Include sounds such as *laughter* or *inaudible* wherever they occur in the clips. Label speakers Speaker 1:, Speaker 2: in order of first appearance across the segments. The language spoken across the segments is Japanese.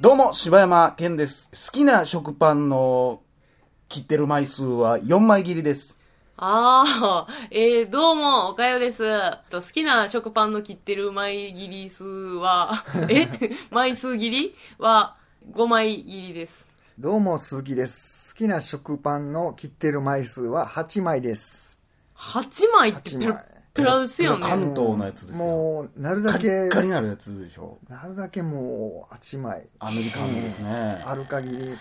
Speaker 1: どうも、柴山健です。好きな食パンの切ってる枚数は4枚切りです。
Speaker 2: ああ、えー、どうも、おかよです。と好きな食パンの切ってる枚切り数は、え枚数切りは5枚切りです。
Speaker 3: どうも、鈴木です。好きな食パンの切ってる枚数は8枚です。
Speaker 2: 8枚ってペ
Speaker 3: 8枚
Speaker 2: ラ。ペラですよ
Speaker 1: ペラ
Speaker 2: ね。
Speaker 1: 関東のやつですよ
Speaker 3: もう、なる
Speaker 1: カ
Speaker 3: だ
Speaker 1: リッ
Speaker 3: け、
Speaker 1: カリになるやつでしょ。
Speaker 3: なるだけもう8枚、
Speaker 1: アメリカンですね。
Speaker 3: ある限り、や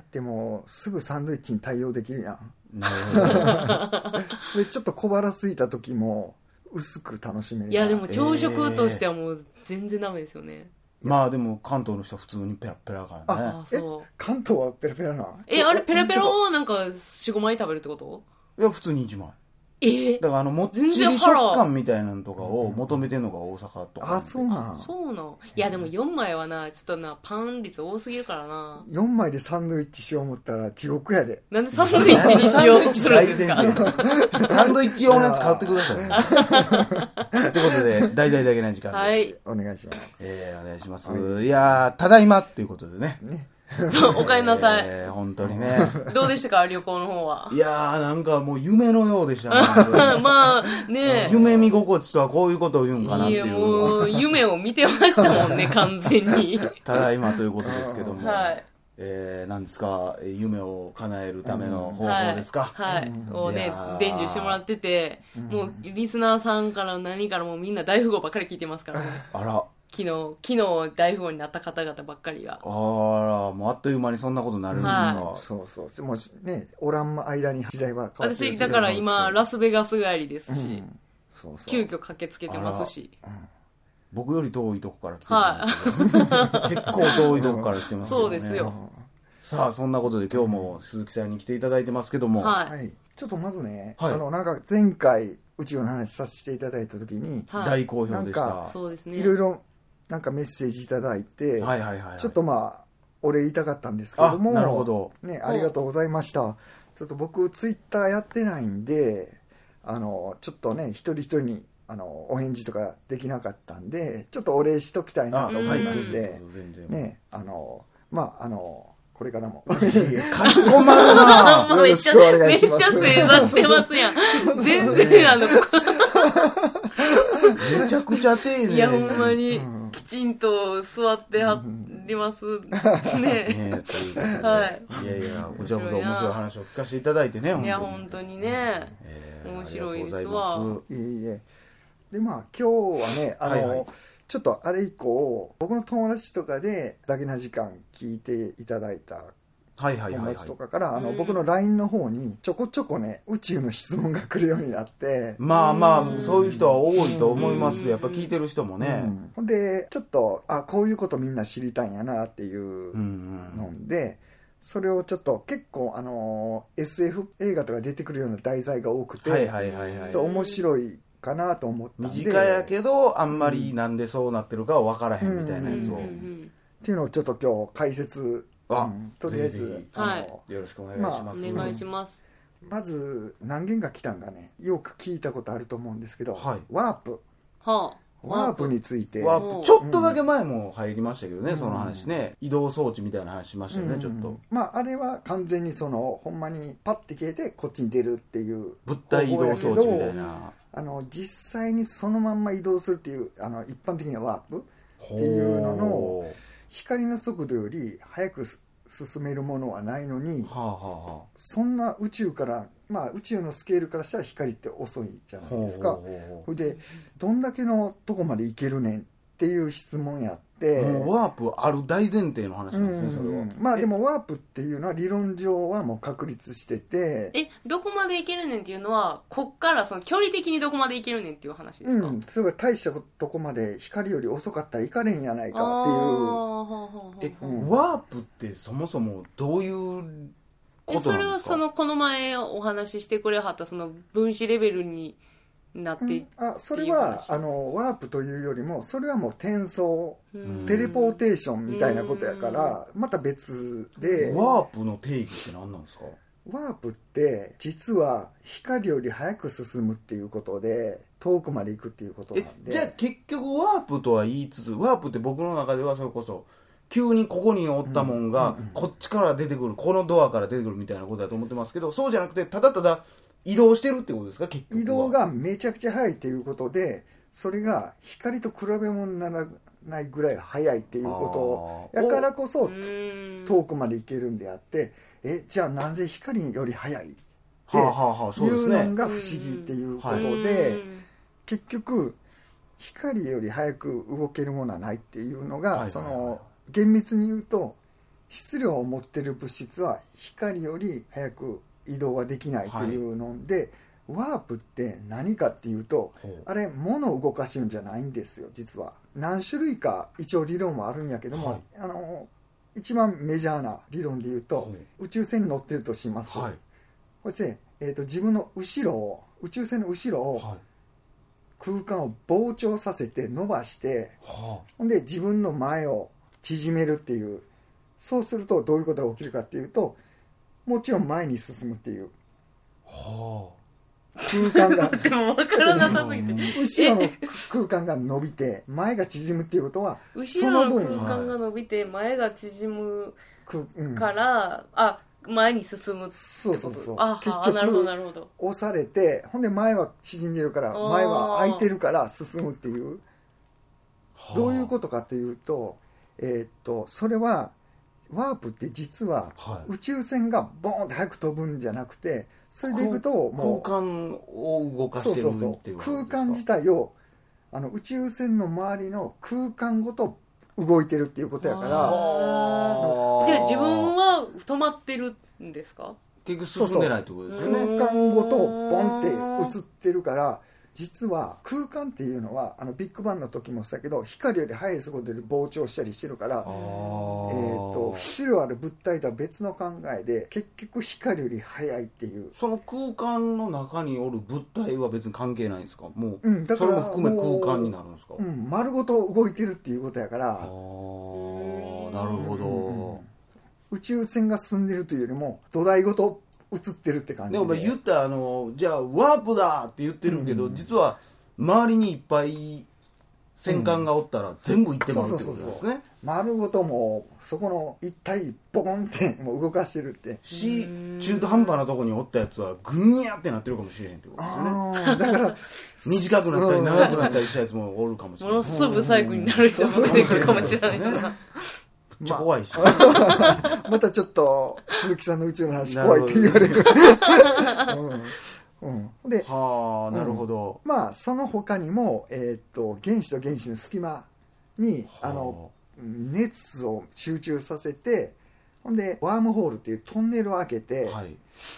Speaker 3: ってもうすぐサンドイッチに対応できるやん。
Speaker 1: なるほど。
Speaker 3: で、ちょっと小腹すいた時も、薄く楽しめる
Speaker 2: い
Speaker 3: やん
Speaker 2: や、でも朝食としてはもう全然ダメですよね。
Speaker 1: *laughs* まあでも関東の人は普通にペラペラからね。
Speaker 2: ああ、そう。
Speaker 3: 関東はペラペラな。
Speaker 2: え、あれ、ペラペラをなんか4、5枚食べるってこと
Speaker 1: いや、普通に1枚。
Speaker 2: えー
Speaker 1: だからあの、もっち
Speaker 2: 全然
Speaker 1: り食
Speaker 2: 腹
Speaker 1: 感みたいなのとかを求めてるのが大阪とかなん
Speaker 3: あ、
Speaker 1: で。
Speaker 3: そう
Speaker 2: *laughs*
Speaker 3: なん。
Speaker 2: そうなのいや、でも4枚はな、ちょっとな、パン率多すぎるからな。
Speaker 3: 4枚でサンドイッチしよう思ったら地獄やで。
Speaker 2: なんでサンドイッチにしようとするんですか
Speaker 1: サンドイッチ最前線サンドイッチ用のやつ買ってください。ということで、大々だけない時間です。
Speaker 2: はい。
Speaker 3: お願いします。
Speaker 1: えー、お願いします。い、やー、ただいまっていうことでね。
Speaker 3: ね。
Speaker 2: そう、 *laughs* おかえりなさい。
Speaker 1: えー、本当にね。
Speaker 2: *laughs* どうでしたか旅行の方は。。
Speaker 1: いやー、なんかもう夢のようでしたね
Speaker 2: *laughs* まあ、ねえ。
Speaker 1: 夢見心地とはこういうことを言うんかなっ
Speaker 2: い
Speaker 1: てい
Speaker 2: や、も
Speaker 1: う。
Speaker 2: う、夢を見てました
Speaker 3: *laughs*
Speaker 2: もんね、完全に。
Speaker 1: ただいまということですけども。
Speaker 2: はい。
Speaker 1: えー、何ですか、えー夢を叶えるための方
Speaker 2: は
Speaker 1: 法
Speaker 2: い。
Speaker 1: ですか。
Speaker 2: はい。を
Speaker 1: い
Speaker 2: ね
Speaker 1: やー、
Speaker 2: 伝授してもらってて、もう、リスナーさんから何からもうみんな大富豪ばっかり聞いてます
Speaker 3: *laughs*
Speaker 2: からね。
Speaker 1: あら、
Speaker 2: 昨日、昨日大富豪になった方々ばっかりが。
Speaker 1: あら、もうあっという間にそんなことになるんですか。
Speaker 2: は
Speaker 3: そうそう。もうね、おらん間に時代は変わってる
Speaker 2: 私、だから今、ラスベガス帰りです
Speaker 3: う
Speaker 2: し、
Speaker 3: んそうそう
Speaker 2: 急遽駆けつけてますし。
Speaker 1: 僕より遠いとこから来てるんですけど、 *laughs* 結構遠いとこから来てますけ
Speaker 2: そ
Speaker 1: ど
Speaker 2: う
Speaker 1: ね
Speaker 2: ですよ。
Speaker 1: さあ、そんなことで今日も鈴木さんに来ていただいてますけども、
Speaker 2: は。
Speaker 3: はいい、ちょっとまずね、
Speaker 1: はい
Speaker 3: あのなんか前回宇宙の話させていただいた時に、
Speaker 2: は
Speaker 1: 大
Speaker 2: い。
Speaker 1: 好評でし
Speaker 3: なん
Speaker 1: た。
Speaker 3: か
Speaker 2: そうですね。
Speaker 3: いろいろなんかメッセージいただいて、
Speaker 1: はいはいはい。
Speaker 3: ちょっとまあお礼言いたかったんですけども
Speaker 1: あなるほど
Speaker 3: ね、ありがとうございましたちょっと僕ツイッターやってないんであのちょっとね一人一人にあのお返事とかできなかったんでちょっとお礼しときたいな
Speaker 1: あ、
Speaker 3: と
Speaker 1: はい
Speaker 3: 思
Speaker 1: はいい
Speaker 3: まして、
Speaker 1: 全然。
Speaker 3: ねあのまああのこれからも
Speaker 1: *laughs* かしこまるな
Speaker 2: もうめっちゃ、
Speaker 3: *laughs* よろしくお願
Speaker 2: め
Speaker 3: い
Speaker 2: っち
Speaker 3: し
Speaker 2: ゃ
Speaker 3: ます
Speaker 2: 正座してます
Speaker 3: *laughs*
Speaker 2: やん。全然、あの、
Speaker 1: めちゃくちゃ丁寧に
Speaker 2: いや、ほんまに、きちんと座ってはります。ね。
Speaker 1: ねえということで
Speaker 2: はい
Speaker 1: いやいや、こちらこそ面白い話を聞かせていただいてね、
Speaker 2: いや、
Speaker 1: 本
Speaker 2: 本
Speaker 1: 当
Speaker 2: 当
Speaker 1: に。
Speaker 2: にね。
Speaker 1: えー
Speaker 2: 面白いですわ
Speaker 1: ありがとうございます
Speaker 3: いえいえでまあ今日はねあの、
Speaker 1: はいはい
Speaker 3: ちょっとあれ以降僕の友達とかでだけな時間聞いていただいた
Speaker 1: はいはい
Speaker 3: 友
Speaker 1: はい
Speaker 3: 達
Speaker 1: はい
Speaker 3: と。かから、あ
Speaker 2: うん
Speaker 3: の僕の LINE の方にちょこちょこね宇宙の質問が来るようになって、
Speaker 1: まあまあ、そういう人は多いと思います。やっぱ聞いてる人も
Speaker 3: う
Speaker 1: ね。
Speaker 3: んほんでちょっとあこういうことみんな知りたいんやなっていううんので、それをちょっと結構あの SF 映画とか出てくるような題材が多く
Speaker 1: う
Speaker 3: て、
Speaker 1: ん。はいはいはい
Speaker 3: ちょっ
Speaker 1: はい
Speaker 3: と。面白いかなと思ったんで
Speaker 1: 短やけど、あんまりなんでそうなってるかは分からへんみたいな
Speaker 2: う
Speaker 1: や
Speaker 2: んうん
Speaker 1: つ
Speaker 2: う
Speaker 1: を。
Speaker 2: ん
Speaker 3: っていうのをちょっと今日解説、
Speaker 1: あ
Speaker 3: うんとりあえ
Speaker 1: ぜひぜ
Speaker 3: ず
Speaker 1: ひ
Speaker 3: あの、
Speaker 2: は
Speaker 1: よろしくお願いします。
Speaker 3: まあ
Speaker 2: お願いします。
Speaker 3: まず何件か来たんがねよく聞いたことあると思うんですけど、
Speaker 1: はい
Speaker 3: ワープ
Speaker 2: はあ。
Speaker 3: ワープについて
Speaker 1: ワ
Speaker 2: プ
Speaker 1: ープちょっとだけ前も入りましたけどね、その話ね。移動装置みたいな話しましたよ
Speaker 3: う
Speaker 1: ね、
Speaker 3: ん
Speaker 1: ちょっと。
Speaker 3: まああれは完全にそのほんまにパッて消えてこっちに出るっていう
Speaker 1: 物体移動装置みたいな。
Speaker 3: あの実際にそのまんま移動するっていうあの一般的なワープっていうのの
Speaker 1: ほ
Speaker 3: 光の速度より速くす進めるものはないのに
Speaker 1: うはあはあは
Speaker 3: そんな宇宙からまあ宇宙のスケールからしたら光って遅いじゃ
Speaker 1: あ。
Speaker 3: ない
Speaker 1: ほう
Speaker 3: ですか
Speaker 1: ほうほう
Speaker 3: ほいでどんだけのとこまで行けるねんっていう質問やって
Speaker 1: ほうもうワープある大前提の話
Speaker 3: う
Speaker 1: なんですね、それは
Speaker 3: ん。まあでもワープっていうのは理論上はもう確立してて
Speaker 2: え、どこまで行けるねんっていうのは、こっからその距離的にどこまで行けるねんっていう話ですか
Speaker 3: うん、それが大したとこまで光より遅かったらいかれんやない
Speaker 2: あ
Speaker 3: かっていう
Speaker 2: あ、はあはあはあ
Speaker 1: え、
Speaker 3: うん
Speaker 1: ワープってそもそもどういうこ
Speaker 2: え
Speaker 1: と
Speaker 2: それ
Speaker 1: なん
Speaker 2: は
Speaker 1: ですか
Speaker 2: その、この前お話ししてくれはった、その分子レベルになってい
Speaker 3: うんあそれ
Speaker 2: っ
Speaker 3: は
Speaker 2: ていう話
Speaker 3: あのワープというよりもそれはもう転送
Speaker 2: うん
Speaker 3: テレポーテーションみたいなことやからまた別で
Speaker 1: ワープの定義って何なんですか
Speaker 3: ワープって実は光より速く進むっていうことで遠くまで行くっていうことな
Speaker 1: え
Speaker 3: んで
Speaker 1: じゃあ結局ワープとは言いつつワープって僕の中ではそれこそ急にここにおったもんがこっちから出てくるこのドアから出てくるみたいなことだと思ってますけどそうじゃなくてただただ移動してるってことですか結局は
Speaker 3: 移動がめちゃくちゃ速いっていうことでそれが光と比べ物にならないぐらい速いっていうこ
Speaker 1: あ
Speaker 3: と
Speaker 1: ー
Speaker 3: やからこそ
Speaker 2: うん
Speaker 3: 遠くまで行けるんであってえじゃあなぜ光より速い
Speaker 1: はあ、はあはあ、
Speaker 3: い
Speaker 1: そうです
Speaker 3: うの
Speaker 1: ね
Speaker 3: が不思議っていうこと
Speaker 1: うん
Speaker 3: で
Speaker 2: うん
Speaker 3: 結局光より早く動けるものはないっていうのが、
Speaker 1: はいはいはい
Speaker 3: その厳密に言うと質量を持ってる物質は光より早く移動はできないっていうので、ワープって何かっていうと
Speaker 1: ほう
Speaker 3: あれ物を動かしてるんじゃないんですよ実は何種類か一応理論はあるんやけども、
Speaker 1: はい
Speaker 3: あの一番メジャーな理論で言うと
Speaker 1: ほ
Speaker 3: 宇宙船に乗ってるとします、
Speaker 1: はい
Speaker 3: そして、えー、と自分の後ろを宇宙船の後ろを、
Speaker 1: はい
Speaker 3: 空間を膨張させて伸ばして
Speaker 1: は
Speaker 3: ほんで自分の前を縮めるっていうそうするとどういうことが起きるかっていうともちろん前に進むっていう
Speaker 1: あは
Speaker 3: 空
Speaker 2: *laughs*
Speaker 3: 間が
Speaker 2: でも分からなさすぎて。
Speaker 3: 後ろの空間が伸びて前が縮むっていうことは
Speaker 2: 後ろの
Speaker 3: その
Speaker 2: 空
Speaker 3: 分
Speaker 2: 間が伸びて、前が縮む
Speaker 3: 空、うん、
Speaker 2: から、あ、前に進むって
Speaker 3: そう
Speaker 2: こ
Speaker 3: そう
Speaker 2: と
Speaker 3: そう
Speaker 2: あ
Speaker 3: 結
Speaker 2: あ、なるほど、な
Speaker 3: 局
Speaker 2: るほど。
Speaker 3: 押されてほんで前は縮んでるから
Speaker 2: あー
Speaker 3: 前は空いてるから進むっていう
Speaker 1: あ
Speaker 3: どういうことかっていうとえーっとそれはワープって実は
Speaker 1: とはい
Speaker 3: 宇宙船がボーンって早く飛ぶんじゃなくてそれでいくともう
Speaker 1: 空間を動かし
Speaker 3: そう
Speaker 1: て
Speaker 3: そ
Speaker 1: る
Speaker 3: うそ
Speaker 1: っていううことです
Speaker 3: 空
Speaker 1: か
Speaker 3: 間自体をあの宇宙船の周りの空間ごと動いてるっていうことやから
Speaker 1: はあ
Speaker 2: じゃあ自分は止まってるんですか
Speaker 1: 結局進んでないってことですよね
Speaker 2: そうそう
Speaker 3: 空間ごとボンって映ってるから実は空間っていうのはあのビッグバンの時もしたけど光より速い速度で膨張したりしてるから
Speaker 1: あー
Speaker 3: えー、と質量ある物体とは別の考えで結局光より速いっていう、
Speaker 1: その空間の中におる物体は別に関係ないんですかもう、
Speaker 3: うん、だ
Speaker 1: そ
Speaker 3: か
Speaker 1: れ
Speaker 3: ら
Speaker 1: も含め空間に
Speaker 3: る
Speaker 1: なるんですか、
Speaker 3: うん、丸ごと動いてるっていうことやから
Speaker 1: ああ
Speaker 2: うん
Speaker 1: なるほど、
Speaker 3: うん宇宙船が進んでるというよりも土台ごと映ってるって感じ
Speaker 1: でもまあ言ったらあのじゃあワープだって言ってるけど、実は周りにいっぱい戦艦がおったら全部行ってもらうってことですね
Speaker 3: 丸ごともうそこの一体ボコンってもう動かしてるって
Speaker 1: し中途半端なとこにおったやつはぐにゃってなってるかもしれへんってことですね
Speaker 3: ああ
Speaker 1: *laughs*
Speaker 3: だから
Speaker 1: 短くなったり長くなったりしたやつもおるかもし
Speaker 2: も
Speaker 1: れない
Speaker 2: のすごいブサイクになる人も出てくるかもしれないから。
Speaker 1: めっちゃ怖いし、
Speaker 3: またちょっと鈴木さんの宇宙の話怖いって言われる *laughs* うん、うん、で
Speaker 1: はあなるほど、
Speaker 3: まあその他にも、えーっと原子と原子の隙間にあの熱を集中させてほんでワームホールっていうトンネルを開けて、
Speaker 1: はい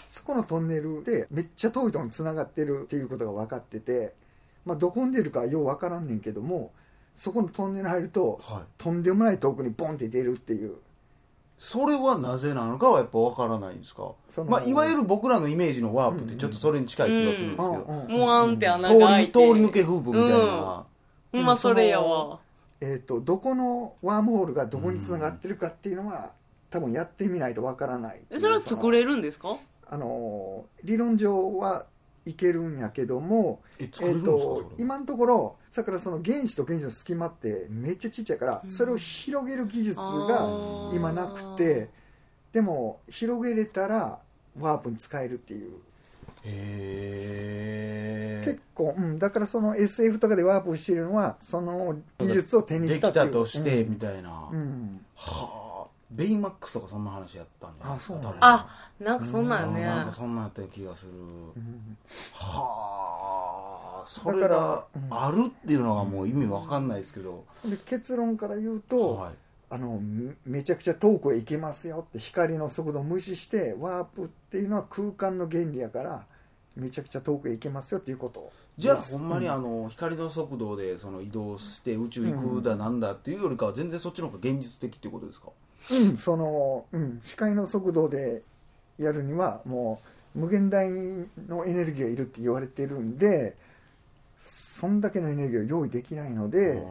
Speaker 3: そこのトンネルでめっちゃ遠いとこにつながってるっていうことが分かってて、まあ、どこに出るかはよう分からんねんけどもそこのトンネル入ると
Speaker 1: はい
Speaker 3: とんでもない遠くにボンって出るっていう
Speaker 1: それはなぜなのかはやっぱわからないんですか
Speaker 3: その
Speaker 1: まあ、いわゆる僕らのイメージのワープってちょっとそれに近い気がするんですけど、
Speaker 2: もわんって穴が
Speaker 1: 通
Speaker 2: 開
Speaker 1: り
Speaker 2: いて。
Speaker 1: 通り抜けフープみたいなのは、
Speaker 2: ほんまそれやわ。
Speaker 3: えー、とどこのワームホールがどこにつながってるかっていうのは、多分やってみないと分からない
Speaker 2: えそれは作れるんですか
Speaker 3: あのー理論上はいけるんやけども、
Speaker 1: え
Speaker 3: え
Speaker 1: 作れるん
Speaker 3: ー、
Speaker 1: ですか、
Speaker 3: と
Speaker 1: それ
Speaker 3: 今のところだからその原子と原子の隙間ってめっちゃちっちゃいから、
Speaker 2: うん
Speaker 3: それを広げる技術
Speaker 2: あ
Speaker 3: が
Speaker 2: ー
Speaker 3: 今なくてでも広げれたらワープに使えるっていう
Speaker 1: へえ
Speaker 3: 結構、うん、だからその SF とかでワープしてるのはその技術を手に
Speaker 1: で
Speaker 3: し
Speaker 1: き
Speaker 3: たってい
Speaker 1: た
Speaker 3: う
Speaker 1: として
Speaker 3: うん
Speaker 1: みたいな、
Speaker 3: うん
Speaker 1: はあベイマックスとかそんな話やったんじゃないですか
Speaker 3: あそうなん
Speaker 1: 多分
Speaker 3: だ
Speaker 2: あ、なんかそんなん
Speaker 1: うん
Speaker 2: ね。
Speaker 1: なんかそんなんやった気がする、
Speaker 3: うん
Speaker 1: はあそれ
Speaker 3: だか
Speaker 1: が
Speaker 3: らうん
Speaker 1: あるっていうのがもう意味わかんないですけど、
Speaker 3: で結論から言うと、
Speaker 1: はい
Speaker 3: あのめめちゃくちゃ遠くへ行けますよって光の速度を無視してワープっていうのは空間の原理やからめちゃくちゃ遠くへ行けますよっていうこと
Speaker 1: じゃあ
Speaker 3: です
Speaker 1: ほんまにあの光の速度でその移動して宇宙行くだなんだっていうよりかは全然そっちの方が現実的っていうことですか
Speaker 3: うんその、うん、光の速度でやるにはもう無限大のエネルギーがいるって言われてるんでそんだけのエネルギーを用意できないのであ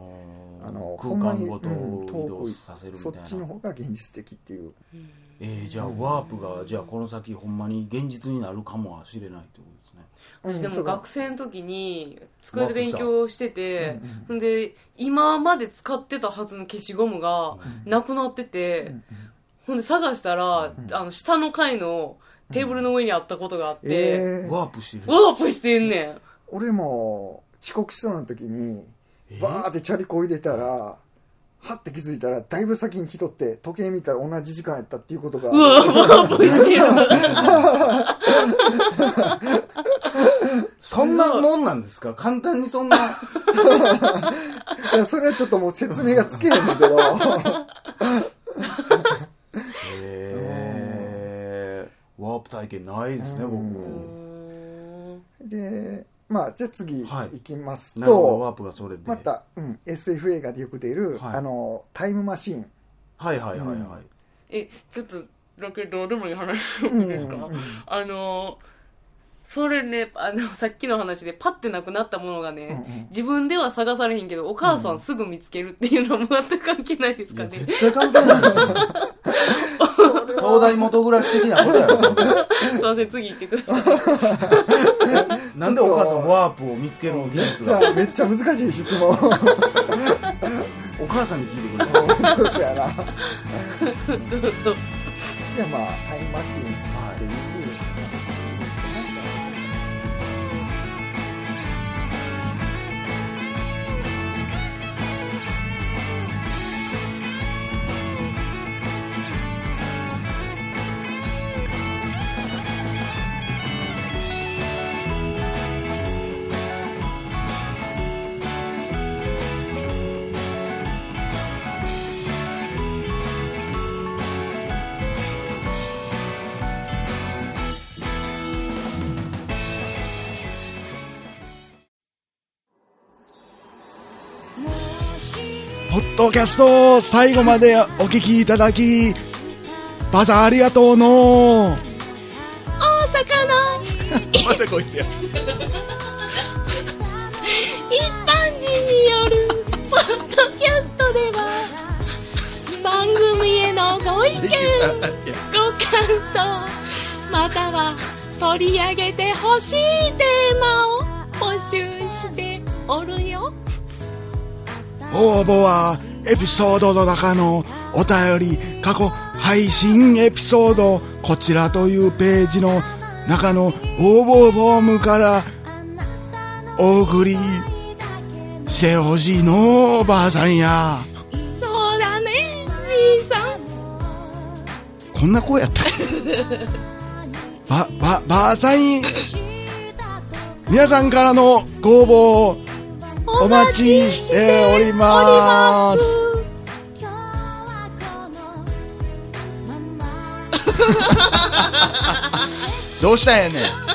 Speaker 1: あ
Speaker 3: の
Speaker 1: の空
Speaker 3: ほんまに
Speaker 1: 間ごと移動させるみた
Speaker 3: そ
Speaker 1: い
Speaker 3: っ
Speaker 1: な、
Speaker 3: ちの方が現実的っていう
Speaker 2: うん
Speaker 1: えーじゃあワープがじゃあこの先ほんまに現実になるかもしれないってことですね
Speaker 2: 私でも学生の時に机で
Speaker 1: ワークし
Speaker 2: 勉
Speaker 1: た
Speaker 2: 強してて、ほんで、今まで使ってたはずの消しゴムがなくなってて、ほんで探したら、
Speaker 3: ん
Speaker 2: あの、下の階のテーブルの上にあったことがあって、
Speaker 3: ええ
Speaker 1: ワープしてる。
Speaker 2: ワープしてんねん。
Speaker 3: 俺も遅刻しそうな時に
Speaker 1: え
Speaker 3: バーってチャリこ入れたらはって気づいたらだいぶ先に来とって時計見たら同じ時間やったっていうことが
Speaker 2: うわ、ワープしてる。
Speaker 1: そんなもんなんですか簡単にそんな。
Speaker 3: いやそれはちょっともう説明がつけへんね
Speaker 1: *laughs*
Speaker 3: んけど
Speaker 1: へーワープ体験ないですね、
Speaker 3: う
Speaker 1: 僕
Speaker 3: ん
Speaker 2: うー
Speaker 1: も。
Speaker 2: ん
Speaker 3: でまあじゃあ次
Speaker 1: はい
Speaker 3: 行きます
Speaker 1: なるほど、
Speaker 3: と、
Speaker 1: ワープがそれで。
Speaker 3: ま。た、うん、SF 映画でよく出る、
Speaker 1: はい
Speaker 3: あのタイムマシーン
Speaker 1: はいはいはいはい。
Speaker 2: *laughs* え、ちょっとだけどうでもいい話をいいですか、
Speaker 3: うんうん
Speaker 2: あの、それね、あの、 *laughs* さっきの話でパッてなくなったものがね、
Speaker 3: うんうん
Speaker 2: 自分では探されへんけど、お母さんすぐ見つけるっていうのは全く関係ないです
Speaker 1: い
Speaker 2: か
Speaker 1: や、
Speaker 2: ね。
Speaker 1: 絶対簡単なんだよ。東大元暮らし的なことやろ。
Speaker 2: *laughs* すいません、次行ってください。
Speaker 1: なんでお母さんワープを見つける技術
Speaker 3: じゃ
Speaker 1: が
Speaker 3: あめっちゃ難しい質問
Speaker 1: お母さんに聞いてくれる
Speaker 3: *laughs* そうそうやな
Speaker 2: どうぞ。
Speaker 3: 次はまあタイムマシーンっていう、
Speaker 4: ポッドキャストを最後までお聞きいただき、バザーありがとうの。
Speaker 5: 大阪の
Speaker 4: またこいつや。
Speaker 5: 一般人によるポッドキャストでは番組へのご意見ご感想または取り上げてほしいテーマを募集しておるよ
Speaker 4: 応募はエピソードの中のお便り過去配信エピソードこちらというページの中の応募フォームからお送りしてほしいのばあさんや
Speaker 5: そうだねじいさん
Speaker 4: こんな声やったっけばばばあさんに皆さんからのご応募をお待ちしておりますどうしたんやねん